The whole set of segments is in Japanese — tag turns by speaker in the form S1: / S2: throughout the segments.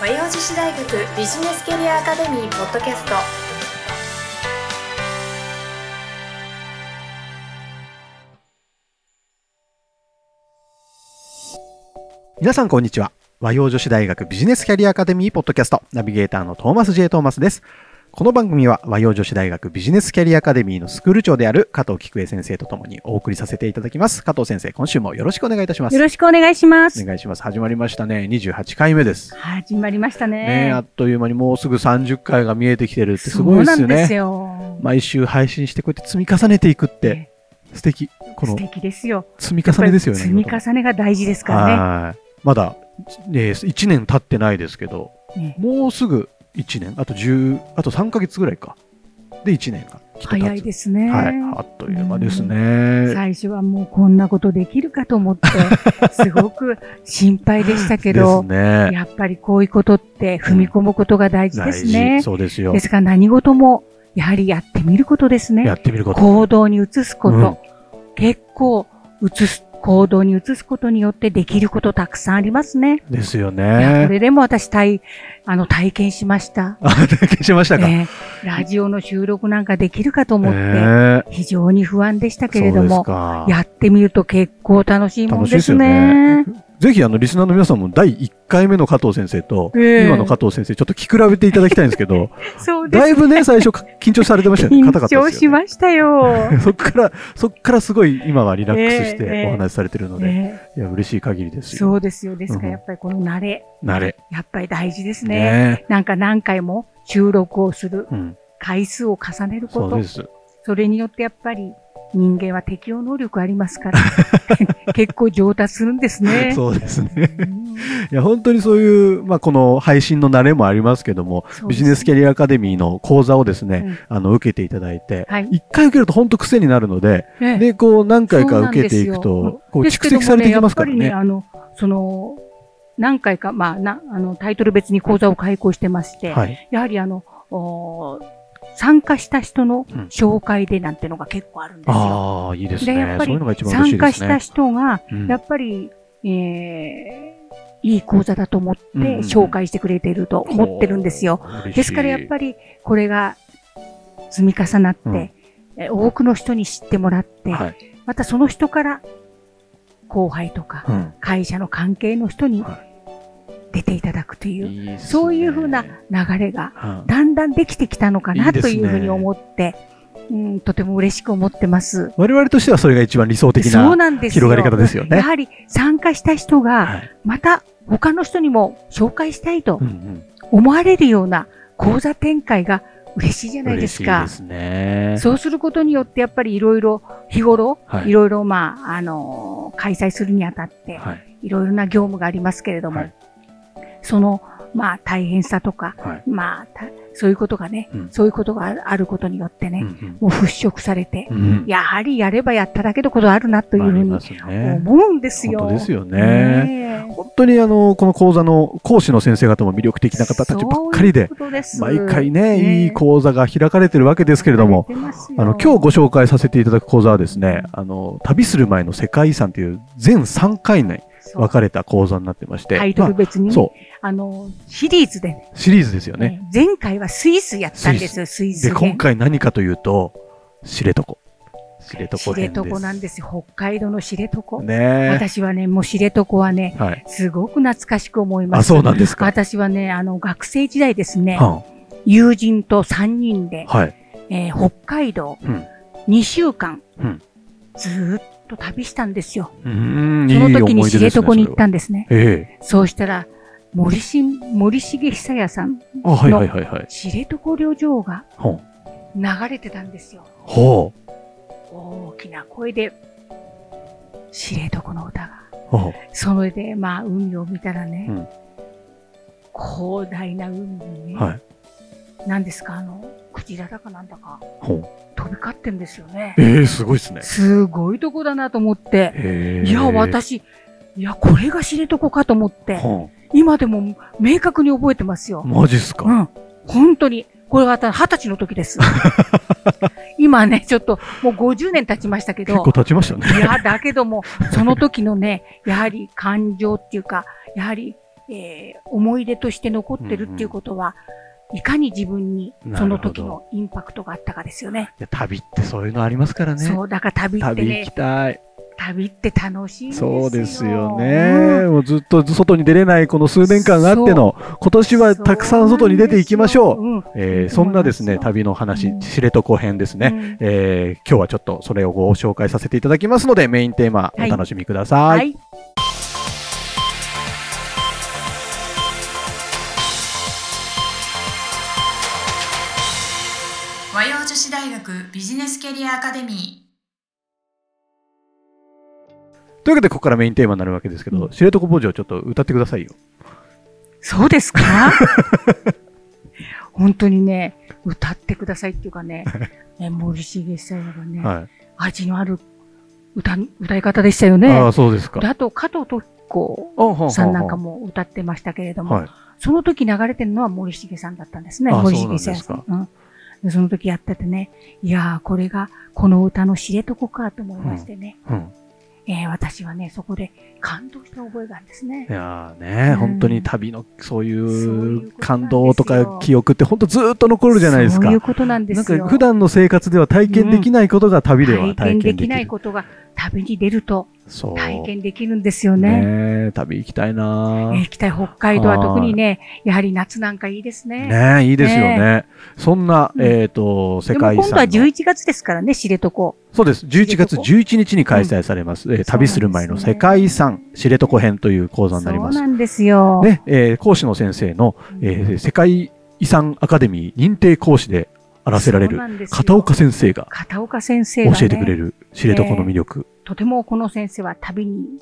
S1: 和洋女子大学ビジネスキャリアアカデミーポッドキャスト
S2: 皆さんこんにちは和洋女子大学ビジネスキャリアアカデミーポッドキャストナビゲーターのトーマス J トーマスですこの番組は和洋女子大学ビジネスキャリアアカデミーのスクール長である加藤菊江先生とともにお送りさせていただきます加藤先生今週もよろしくお願いいたします
S3: よろしくお願いします
S2: お。願いします始まりましたね28回目です
S3: 始まりました
S2: ねえあ
S3: ね。
S2: っという間にもうすぐ30回が見えてきてるってすごいです
S3: そうな
S2: よ
S3: んです
S2: ね
S3: よ。
S2: 毎週配信してこうやって積み重ねていくって素敵こ
S3: 素
S2: の
S3: 敵ですよ。
S2: 積み重ねですよね
S3: 積み重ねが大事ですから
S2: はいまだ、えー1年経ってないですけど
S3: ね。ね
S2: もうすぐ1年、あと10、あと3ヶ月ぐらいか。で、1年がきっと経つ。
S3: 早いですね。
S2: はい。あっという間ですね。
S3: 最初はもうこんなことできるかと思っ て、すごく心配でしたけ
S2: です
S3: ど、
S2: ね。
S3: やっぱりこういうことって踏み込むことが大事で
S2: 大
S3: す
S2: 事
S3: ね。
S2: そうですよ
S3: で。すから何事も、やはりやってみることですね
S2: や。ってみること。
S3: 行動に移すこと。
S2: うん
S3: 結構、移す、行動に移すことによってできることたくさんありますね。
S2: ですよ
S3: いやこ
S2: ね。
S3: れでも私体、あの、体験しま した。
S2: あ、体験しましたか。
S3: ええラジオの収録なんかできるかと思って、
S2: ね
S3: 非常に不安でしたけ
S2: そ
S3: れ
S2: う
S3: ど
S2: です
S3: も、
S2: か。
S3: やってみると結構楽しいもん
S2: 楽しい
S3: で
S2: です
S3: す
S2: よ
S3: ね。。
S2: ねぜひ、あの、リスナーの皆さんも第1回目の加藤先生と、
S3: ええ
S2: 今の加藤先生、ちょっと聞き比べていただきたいんですけ ど、
S3: そうです。
S2: だいぶね、最初か緊張されてましたよね。
S3: 緊
S2: 硬かったですよ
S3: 張
S2: ね
S3: しましたよ。
S2: そっから、そっからすごい今はリラックス
S3: え
S2: し
S3: え
S2: て
S3: ええ
S2: お話しされてるので、
S3: ね
S2: いや、嬉しい限りですよ。
S3: そうですよ。ですか
S2: う
S3: ら
S2: ん
S3: やっぱりこの慣れ、
S2: 慣れ。
S3: やっぱり大事ですね。
S2: ね
S3: なんか何回も収録をする
S2: え。うん。
S3: 回数を重ねるこ
S2: そう
S3: と
S2: で、す。
S3: それによってやっぱり人間は適応能力ありますから、 結構上達するんですね。
S2: そうです ね。
S3: うん
S2: いや、本当にそういう、まあ、この配信の慣れもありますけども、ビジネスキャリアアカデミーの講座をですね、あの、受けていただいて、
S3: はい
S2: 一回受けると本当癖になるので、
S3: うんね
S2: で、こう、何回か受けてい
S3: そうなん
S2: く
S3: です
S2: と
S3: よ、
S2: こう、
S3: です
S2: 蓄
S3: けども
S2: 積
S3: ね
S2: されていきますから
S3: やっ
S2: ね。
S3: ぱりね、あの、その、何回か、まあ、な、あの、タイトル別に講座を開講してまして、
S2: はい。
S3: やはりあの、おー参加した人の紹介でなんてのが結構あるんですよ。
S2: ああ、いいです
S3: でや
S2: ね
S3: っ。ぱ
S2: そ
S3: り
S2: ういうのが一番嬉
S3: 参
S2: しいで
S3: 加
S2: す
S3: した
S2: ね。
S3: 人が、
S2: うん
S3: やっぱり、えーいい講座だと思って
S2: うんうんうん
S3: 紹介してくれていると思ってるんですよ。。ですからやっぱ
S2: り、
S3: りこれが積み重なって、
S2: うん
S3: え多くの人に知ってもらって、
S2: はい。
S3: またその人から後輩とか
S2: うん
S3: 会社の関係の人に
S2: は
S3: 出ていただくという、
S2: いいっすね
S3: そういうふうな流れが
S2: うん
S3: だんだんできてきたのか
S2: いい
S3: な
S2: で
S3: と
S2: すね
S3: いうふうに思って、うん、とても嬉しく思ってます。
S2: 我々としてはそれが一番理想的
S3: そう
S2: な
S3: なんですよ。
S2: 広がり方ですよね
S3: や。はり参加した人が
S2: はい
S3: また他の人にも紹介したいと
S2: うんうん
S3: 思われるような講座展開が嬉しいじゃないで
S2: 嬉し
S3: す
S2: い
S3: か。
S2: ですね。
S3: そうすることによってやっぱりいろいろ日頃、
S2: はい
S3: いろいろまあ、あのー開催するにあたって、
S2: はい。
S3: いろいろな業務がありますけれども、
S2: はい
S3: そのまあ大変さとか、
S2: はい。
S3: まあたそういうことがね、
S2: うん
S3: そういうことがあるあることによってね、もう払拭されて、
S2: うん
S3: やはりやればやっただけのことあるなというふ
S2: あ
S3: う
S2: り
S3: に
S2: ますね。
S3: 思うんです
S2: 本
S3: よ。
S2: 当です
S3: よ
S2: よね。本当にあの、この講座の講師の先生方も魅力的な方たちばっかりで、毎回ね、いい講座が開かれてるわけですけれども、、あの、今日
S3: 日、
S2: ご紹介させていただく講座はですね、あの、旅する前の世界遺産という全3回に
S3: そう
S2: 分かれた講座になってまして、
S3: タイトル別に
S2: まあ
S3: ね、
S2: そ
S3: あの、シリーズでね、
S2: う、シリーズですよね。
S3: えー前回はスイスやったんですよ、スイス
S2: で、今回何かというと、知床。知床
S3: 知
S2: 編です。
S3: 床なんですよ。北海道の知床。
S2: ね
S3: 私はね、もう知床はね、
S2: え。はい。
S3: すごく懐かしく思います。
S2: あ、そうなんですか。
S3: 私はね、あの、学生時代ですね、
S2: は
S3: 友人と3人で
S2: ん、はい。
S3: えー北海道
S2: うん。
S3: 2週間、
S2: うん
S3: ずーっと旅したんですよ。
S2: うーん、
S3: その時
S2: いい思
S3: に
S2: い出
S3: 知
S2: ですね
S3: 床に行っ
S2: それは
S3: たんですね。
S2: え
S3: そうしたら、森し、森重久也さん、
S2: え。あ、はいはいはいはい。
S3: 知床旅情が
S2: ほう。
S3: 流れてたんですよ。
S2: ほう。
S3: 大きな声で、知床の歌が。
S2: ほ
S3: それで、まあ、海を見たらね、
S2: うん
S3: 広大な海にね、
S2: う。はい。
S3: 何ですか、あの、クジラだかなんだか、
S2: ほう。
S3: 飛び交ってんですよね。
S2: ええ、すごいですね。
S3: すごいとこだなと思って、
S2: ええ。
S3: いや、。私、いや、これが知床かと思って、
S2: ほ
S3: 今でも明確に覚えてますよ
S2: う。。マジっす
S3: う
S2: か。
S3: ん。本当に。これが二十歳の時 です。今ね、ちょっともう50年経ちましたけど。
S2: 結構経ちましたね。
S3: いや、だけども、その時のね、やはり感情っていうか、やはり、えー思い出として残ってるっていうことは、いかに自分にその時のインパクトがあったかですよね。
S2: いや旅ってそういうのありますからね。
S3: そう、だから旅って
S2: 旅行
S3: ね
S2: き、たい。
S3: 旅って楽しいんですよ。
S2: そうですよ
S3: う
S2: ね。
S3: ん
S2: もうずっと外に出れないこの数年間があっての、今年はたくさん外に出ていきましょう。
S3: うん。
S2: えーそんなです
S3: そ
S2: ね、
S3: うなん
S2: 旅の話
S3: う、ん
S2: 知床編ですね。
S3: ね。
S2: えー今日はちょっとそれをご紹介させていただきますので、メインテーマお
S3: はい
S2: 楽しみください。
S3: はい。
S1: 和洋女子大学ビジネスキャリアアカデミ
S2: というわけで、ここからメインテーマになるわけですけど、
S3: うん
S2: 知床坊主をちょっと歌ってくださいよ。
S3: そうですか 本当にね、歌ってくださいっていうかね、ね森重さんがね、
S2: は
S3: 味のある歌に、歌い方でしたよ
S2: い。
S3: ね。
S2: ああ、そうですか。
S3: であと、加藤時子
S2: あははは
S3: さんなんかも歌ってましたけれども、
S2: はい。
S3: その時流れてるのは森重さんだったんですね。
S2: あ
S3: 森重さん。
S2: そうなんですか
S3: うんでその時やっててね、いやー、これが、この歌の知床かと思いましてね、
S2: うん。
S3: えー私はね、そこで感動した覚えがあるんですね
S2: い。やーね、
S3: うん
S2: 本当に旅のそうい
S3: そういうことなん
S2: う
S3: ですよ
S2: 感動とか記憶って本当ずーっと残るじゃないですか。
S3: そういうことなんで
S2: なん
S3: す
S2: か
S3: よ。
S2: 普段の生活では体験できないことが旅では体
S3: 体験
S2: 験で
S3: で
S2: きる。
S3: きないことが旅に出ると
S2: そう。
S3: 体験できるんですよね。
S2: ねえ旅行きたいな
S3: え
S2: ー
S3: ー行きたい北海道は特にね、やはり夏なんかいいですね。
S2: ねえいいですよね。
S3: ね
S2: そんな、
S3: うん
S2: えっ、と、世
S3: でも
S2: 界遺
S3: 今度は
S2: 産の。
S3: 11月ですからね、知床。
S2: そうです。11月11日に開催されます。えー旅する前の世界遺産、知床編という講座になり
S3: そう
S2: ます。
S3: なんですよ。
S2: ね、えー講師の先生の、えー世界遺産アカデミー認定講師であらせられる、
S3: る
S2: 片岡先生が
S3: 片岡先生が、ね、
S2: 教えてくれる知床の魅力。
S3: とてもこの先生は旅に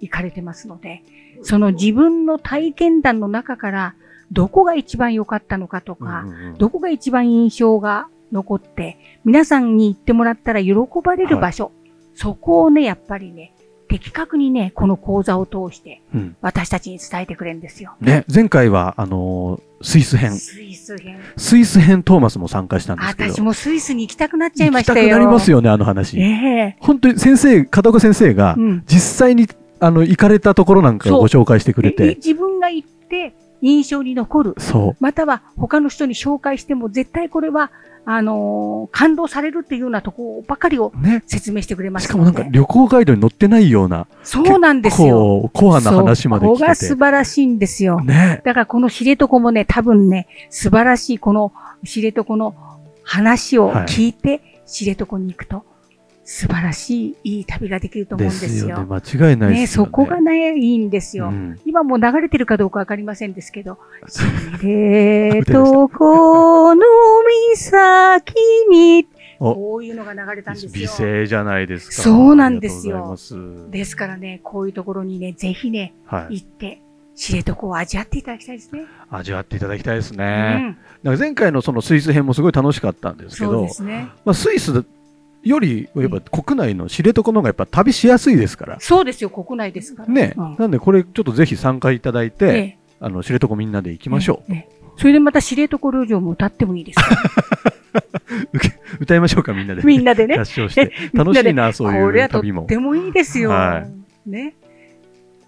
S3: 行かれてますので、その自分の体験談の中から、どこが一番良かったのかとか、
S2: うんうんうん
S3: どこが一番印象が残って、皆さんに行ってもらったら喜ばれる場所、そこをね、やっぱりね、的確にね、この講座を通して
S2: うん
S3: 私たちに伝えてくれるんですよ。
S2: ね、前回は、あのースイス編、
S3: スイス編。
S2: スイス編トーマスも参加したんですけど、
S3: 私もスイスに行きたくなっちゃい
S2: 行
S3: ま
S2: き
S3: した
S2: た
S3: よ。
S2: くなりますよね、あの話。
S3: ええ
S2: 本当に先生、片岡先生が、
S3: うん。
S2: 実際に、あの、行かれたところなんかを
S3: そう
S2: ご紹介してくれ
S3: で
S2: て、
S3: 自分が行って印象に残る。
S2: そう。
S3: または他の人に紹介しても絶対これは、あのー感動されるっていうようなとこばかりを
S2: ね。
S3: 説明してくれま
S2: し
S3: す
S2: かも
S3: の
S2: な
S3: で
S2: んか旅行ガイドに載ってないような、
S3: そうなんですよ。
S2: こう、コアな話まで
S3: そこ
S2: 聞
S3: が
S2: け
S3: 素晴らしいんですよ
S2: て。。ね。
S3: だからこの知床もね、多分ね、素晴らしいこの知床の話を聞いて、知床に行くと、素晴らしいいい旅ができると思うん
S2: で
S3: ですよ。
S2: すよね。間違いないですよね。
S3: ね、そこがね、いいんですよ。
S2: うん
S3: 今もう流れてるかどうかわかりませんですけ ど、
S2: ま
S3: えー
S2: した
S3: と、この岬に、
S2: お
S3: こういうのが流れたんです
S2: 美
S3: よ。
S2: 声じゃないですか。
S3: そうなんですよ
S2: ありがとうございます
S3: ですからね、こういうところにね、ぜひね、
S2: はい。
S3: 行って、知床を味わっていただきたいですね。
S2: 味わっていただきたいです
S3: う
S2: ね。
S3: ん、
S2: なんか前回のそのスイス編もすごい楽しかったんですけ
S3: そう
S2: ど
S3: で、すね。
S2: まあ、スイスよりやっぱ国内の知床の方がやっぱ旅しやすいですから。
S3: そうですよ、国内ですから。
S2: ね、
S3: うん
S2: なんでこれちょっとぜひ参加いただいて、
S3: ええ
S2: あの知床みんなで行きましょう、
S3: ええそれでまた知床旅情も歌ってもいいですよ。
S2: 歌いましょうかみんなで
S3: みんなでね
S2: 合。唱して
S3: みん
S2: 楽
S3: なで
S2: しいなそう
S3: これ
S2: い
S3: は
S2: う
S3: とっ
S2: 旅も
S3: てもいいですよ。
S2: は
S3: ね。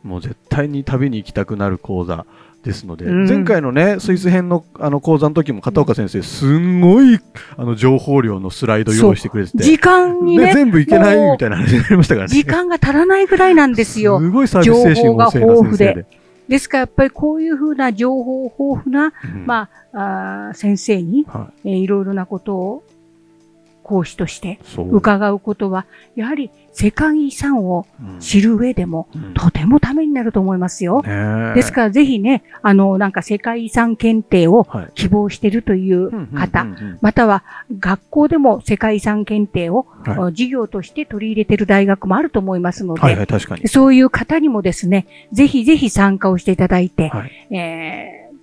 S2: もう絶対に旅に行きたくなる講座ですので、
S3: うん
S2: 前回のねスイス編のあの講座の時も片岡先生すんごいあの情報量のスライド用意してくれてて、
S3: 時間にね、
S2: 全部いけない
S3: もう
S2: みたいな話になりましたからね
S3: 時間が足らないぐらいなんですよ。
S2: すごいサービス精神旺盛
S3: 情報が
S2: な
S3: 豊
S2: 先
S3: 富
S2: 生
S3: で
S2: で、
S3: ですからやっぱりこういうふうな情報豊富な、
S2: うん
S3: まあ、あー先生に、
S2: は
S3: えーいろいろなことを講師として
S2: い、そう
S3: 伺うことは、やはり世界遺産を
S2: うん
S3: 知る上でも
S2: うん
S3: とてもためになると思いますよ。
S2: ねえ
S3: ですからぜひね、あの、なんか世界遺産検定を
S2: はい
S3: 希望しているという方、
S2: うんうんうんうん
S3: または学校でも世界遺産検定を、
S2: はい
S3: あ授業として取り入れている大学もあると思いますので、
S2: はいはい、確かに。
S3: そういう方にもですね、ぜひぜひ参加をしていただいて、
S2: はい、
S3: えー、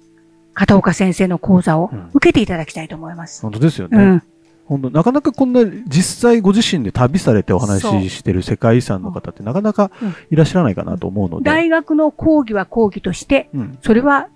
S3: 片岡先生の講座を
S2: うん
S3: 受けていただきたいと思います。
S2: 本当ですよ
S3: う
S2: ね、
S3: ん。
S2: 本当、なかなかこんな実際ご自身で旅されてお話
S3: そう
S2: ししてる世界遺産の方ってなかなか
S3: うん
S2: いらっしゃらないかなと思うので。
S3: 大学の講義は講義として、
S2: うん、
S3: それは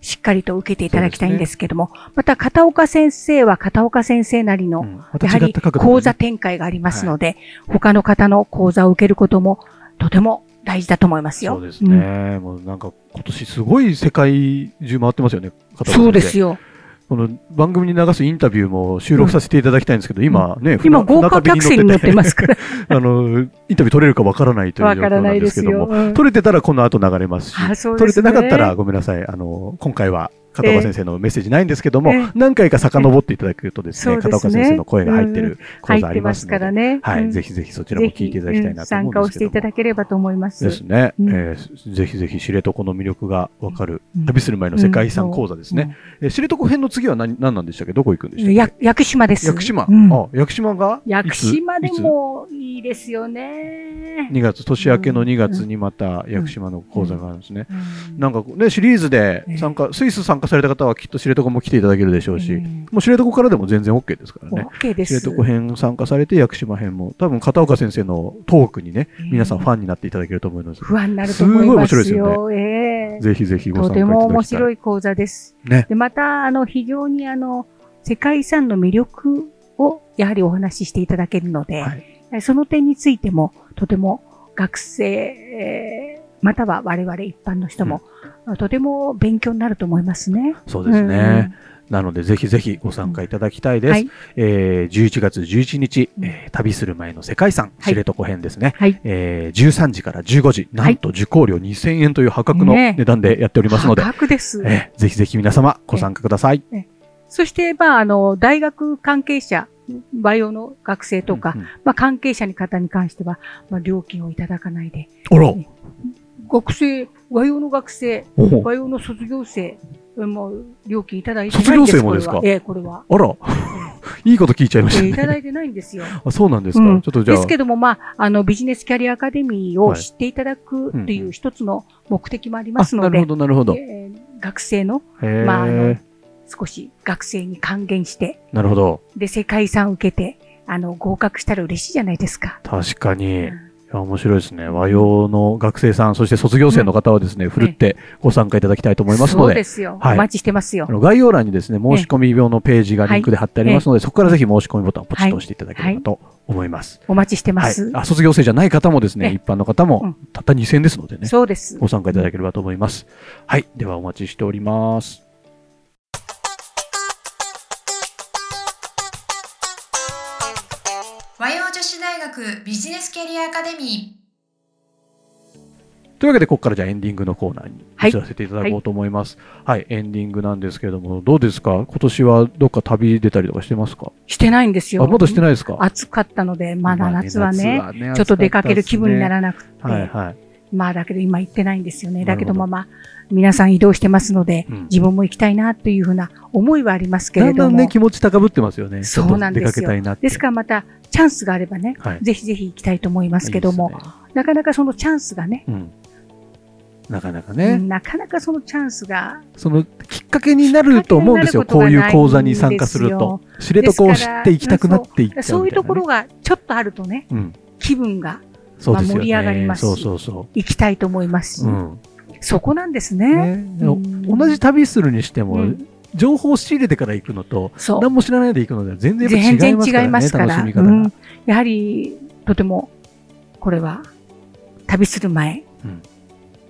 S3: しっかりと受けていただきたいんですけども、また片岡先生は片岡先生なりの、
S2: うんまた
S3: やは
S2: 違っ
S3: り
S2: た角度でね
S3: 講座展開がありますので、他の方の講座を受けることもとても大事だと思いますよ。
S2: そうですね。もうなんか今年すごい世界中回ってますよね。
S3: うんそうです
S2: よ。
S3: よ。
S2: この番組に流すインタビューも収録させていただきたいんですけど、今ね、。
S3: 今、豪華客船に乗ってますす から。
S2: あの、インタビュー取れるかわからないという
S3: わ
S2: 状
S3: か
S2: 況
S3: ら
S2: な
S3: なんい
S2: で
S3: ですす
S2: けど
S3: よ。
S2: も、
S3: うん
S2: 取れてたらこの後流れますし、
S3: あそう
S2: 取
S3: で
S2: れて
S3: す
S2: な
S3: ね
S2: かったらごめんなさい。あの、今回は片岡先生のメッセージないんですけども、
S3: ええ
S2: 何回か遡っていただくとですね、
S3: そうですね
S2: 片岡先生の声が入ってる講
S3: 入
S2: 座あ
S3: っ
S2: り
S3: て
S2: ま
S3: ますす
S2: ので、
S3: からね。
S2: は
S3: う
S2: い、
S3: ん
S2: ぜひぜひそちらも聞いていただきたい
S3: ぜひうん
S2: なと思
S3: 参加
S2: うん
S3: を
S2: で
S3: し
S2: す
S3: てい
S2: けど
S3: た。
S2: も
S3: だければと思いま。
S2: ですすね、
S3: うん
S2: えーぜひぜひ知床の魅力がわかる、
S3: うん
S2: 旅する前の世界遺産講座ですね。えー知床編の次は何何なんでしたっけどこ行くんで
S3: う
S2: し
S3: ん。
S2: た
S3: うん
S2: っけ
S3: や屋久島です。
S2: 屋久島、
S3: うん
S2: あ屋久島が
S3: 屋久島で
S2: いついつ
S3: もいいですよね。
S2: 2月年明けの2月にまた屋久島の講座があるんですね、
S3: うん
S2: なんかこうねシリーズで
S3: ええ
S2: 参加、スイス参加された方はきっと知床も来ていただけるでしょうし、
S3: うん
S2: もう知床からでも全然 OK ですからね
S3: OK です。
S2: 知床編参加されて屋久島編も多分片岡先生のトークにね皆さんファンになっていただけると思います、
S3: 不安になると思います
S2: すご
S3: よ。
S2: い面
S3: ええ
S2: ぜひぜひご参
S3: とて
S2: 加いただきたい
S3: も面白い講座です。
S2: ね
S3: でまたあの非常にあの世界遺産の魅力をやはりお話ししていただけるので、
S2: は
S3: その点についてもとても学生、えーまたは我々一般の人も、とても勉強になると思いますね。
S2: そうですね、
S3: うんうん
S2: なので、ぜひぜひご参加いただきたいです。
S3: はい。
S2: えー11月11日、
S3: うん
S2: えー旅する前の世界遺産、
S3: はい
S2: 知床編ですね。
S3: はい。
S2: えー13時から15時、
S3: は
S2: ないんと受講料2000円という破格の
S3: ねえ
S2: 値段でやっておりますので、
S3: 価格です。
S2: えーぜひぜひ皆様ご参加ください。
S3: そして、まあ、あの、大学関係者、バイオの学生とか、
S2: うんうん
S3: まあ、関係者に方に関しては、まあ、料金をいただかないで、
S2: あら、
S3: 学生、和洋の学生、
S2: おう
S3: 和洋の卒業生、もう料金いただいてないんです
S2: 卒業生もですか
S3: これはええこれ は。
S2: あら、 いいこと聞いちゃいまし
S3: え
S2: た
S3: えいた
S2: ね。
S3: だいてないんです よ。
S2: あそうなんですか、
S3: うん
S2: ちょっとじゃ
S3: で
S2: あ、
S3: すけども、まあ、あの、ビジネスキャリアアカデミーを
S2: はい
S3: 知っていただくと
S2: うん
S3: いううん一つの目的もありま
S2: あ
S3: す
S2: な
S3: の
S2: るほ
S3: で、
S2: ど、なるほど。
S3: ええ学生の、
S2: へー
S3: まあ、あの、少し学生に還元して、
S2: なるほど。
S3: で、世界遺産を受けて、あの、合格したら嬉しいじゃないですか。
S2: 確かに。
S3: うん
S2: いや面白いですね。和洋の学生さん、そして卒業生の方はですね、ふるってご参加いただきたいと思いますの
S3: そう
S2: で、
S3: ですよ。
S2: はい
S3: お待ちしてますよ
S2: あ。の概要欄にですね、申し込み用のページがリンクで貼ってありますので、そこからぜひ申し込みボタンをポチッと押していただければと思います。
S3: お待ちしてま
S2: はい
S3: す。。
S2: あ卒業生じゃない方もですね、
S3: ええ
S2: 一般の方
S3: う
S2: も
S3: ん
S2: たった2000ですのでね、
S3: そうです。
S2: ご参加いただければと思います。はい。ではお待ちしております。
S1: 和洋女子大学ビジネスキャリアアカデミー
S2: というわけで、ここからじゃあエンディングのコーナーに
S3: はい
S2: 移らせていただこうと思います。はい、エンディングなんですけれども、どうですか今年はどっか旅出たりとかしてますか
S3: してないんですよ。
S2: あ、まだしてないですか
S3: 暑かったので、まだ夏はね、、ちょっと出かける気分にならなくて、
S2: はいはい。
S3: まあだけど今行ってないんですよね。だけ
S2: なる
S3: ど
S2: ほど
S3: まあまあ、皆さん移動してますので、
S2: うん
S3: 自分も行きたいなというふうな思いはありますけ
S2: だ
S3: れ
S2: んだ
S3: ど
S2: ん
S3: も、
S2: ね、気持ち高ぶってますよね。
S3: そうなんですよ
S2: ちょっと出かけたいなって。
S3: ですからまたチャンスがあればね、
S2: はい
S3: ぜひぜひ行きたいと思いま
S2: です
S3: けども、なかなかそのチャンスがね、
S2: うん、なかなか
S3: う
S2: ね、
S3: んなかなかそのチャンスが
S2: そのきっかけになると思うんですよ、
S3: きっか
S2: こう
S3: けに
S2: い
S3: な
S2: う
S3: る
S2: 講
S3: こと
S2: 座
S3: が
S2: に参加すると、知床を
S3: で
S2: 知
S3: すから
S2: っていきたくなっていっちゃうみたいなね、
S3: そういうところがちょっとあるとね、
S2: うん、
S3: 気分が
S2: そう
S3: まあ
S2: ですよね、
S3: 盛り上がりますし
S2: そうそうそ
S3: 行きたいと思いますし、
S2: う、うん
S3: そこなんですね。
S2: ね
S3: うん
S2: 同じ旅するにしても、
S3: うん
S2: 情報を仕入れてから行くのと、
S3: そう
S2: 何も知らないで行くのでは全然やっ
S3: 全
S2: ぱ
S3: 然違
S2: 違
S3: い
S2: いま
S3: ますす
S2: か
S3: からら、
S2: ね、楽しみ方が。
S3: うんやはりとてもこれは旅する前、
S2: うん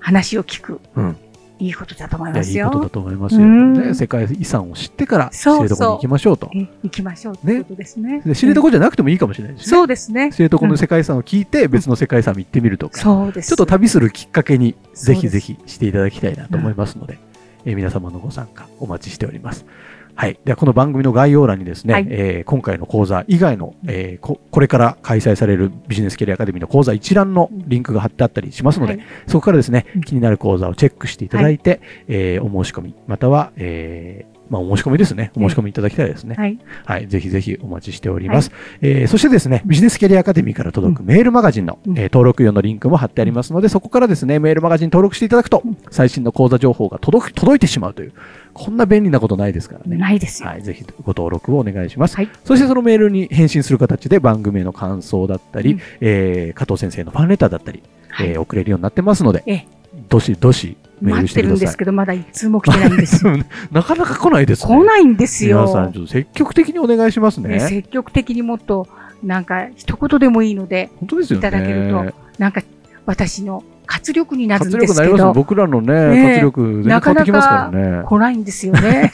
S3: 話を聞く、
S2: うん
S3: いいことだと思い
S2: いや
S3: ま
S2: い
S3: す
S2: い
S3: よ。
S2: ことだと思いますよ、
S3: うん
S2: ね。世界遺産を知ってから知
S3: そうそう
S2: 床に行きましょうと。
S3: え行きましょうということですね。
S2: で知床じゃなくてもいいかもしれないですね。
S3: そうですね。
S2: 知床の世界遺産を聞いて別の世界遺産に行ってみるとか、
S3: そうです。
S2: ちょっと旅するきっかけに、
S3: そ
S2: ぜ
S3: うです
S2: ひぜひしていただきたいなと思いますので、えー皆様のご参加お待ちしております。はい。では、この番組の概要欄にですね、
S3: はい
S2: えー今回の講座以外の、えーこ、これから開催されるビジネスキャリアアカデミーの講座一覧のリンクが貼ってあったりしますので、
S3: はい
S2: そこからですね
S3: う、ん
S2: 気になる講座をチェックしていただいて、えーお申し込み、または、えーまあ、お申し込みですね。お申し込みいただきたいですね。
S3: はい、
S2: はい、ぜひぜひお待ちしております。えーそしてですね、ビジネスキャリアアカデミーから届くメールマガジンの、
S3: うん
S2: えー登録用のリンクも貼ってありますので、そこからですね、メールマガジン登録していただくと、
S3: うん
S2: 最新の講座情報が届く、届いてしまうという、こんな便利なことないですからね。
S3: ないですよ。
S2: はい、ぜひご登録をお願いします。
S3: はい
S2: そしてそのメールに返信する形で番組への感想だったり、
S3: うん
S2: えー加藤先生のファンレターだったり、
S3: はい
S2: えー送れるようになってますので、
S3: ええ
S2: どしどしメール
S3: 待っ
S2: して
S3: て
S2: く
S3: る
S2: だ
S3: んで
S2: さ
S3: すけど、まだ一通も来てないん ですよ。
S2: い。なかなか来ないですね。
S3: 来ないんですよ。
S2: 皆さん、ちょっと積極的にお願いします
S3: ね積極的にもっと、なんか、一言でもいいので、
S2: 本当ですよね。
S3: いただけるとなんか私の活力になるん
S2: 活
S3: で
S2: 力に
S3: すけ
S2: なりますよ
S3: ど、
S2: 僕らのね、
S3: ねえ
S2: 活力全然変わってきますからね。
S3: 来ないんですよね。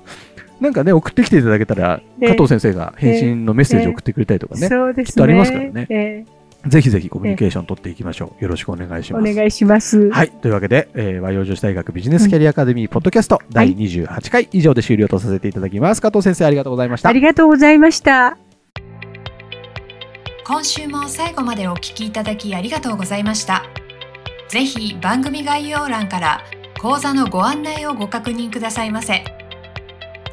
S2: なんかね、送ってきていただけたら、
S3: ね
S2: 加藤先生が返信のメッセージを送ってくれたりとかね、
S3: そうですね。
S2: きっとありますからね
S3: ええ
S2: ぜひぜひコミュニケーション取っていきましょう。よろしくお願いしま
S3: お
S2: す。
S3: 願いします。
S2: はい。というわけで、えー、和洋女子大学ビジネスキャリアアカデミーポッドキャスト、第28回以上で終了とさせていただきます。加藤先生、ありがとうございました
S3: あ。りがとうございました。
S1: 今週も最後までお聞きいただきありがとうございましたぜひ番組概要欄から講座のご案内をご確認くださいませ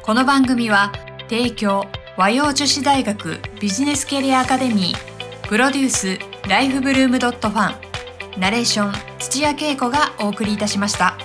S1: この番組は提供和洋女子大学ビジネスキャリアアカデミープロデュースライフブルームドットファンナレーション土屋恵子がお送りいたしました。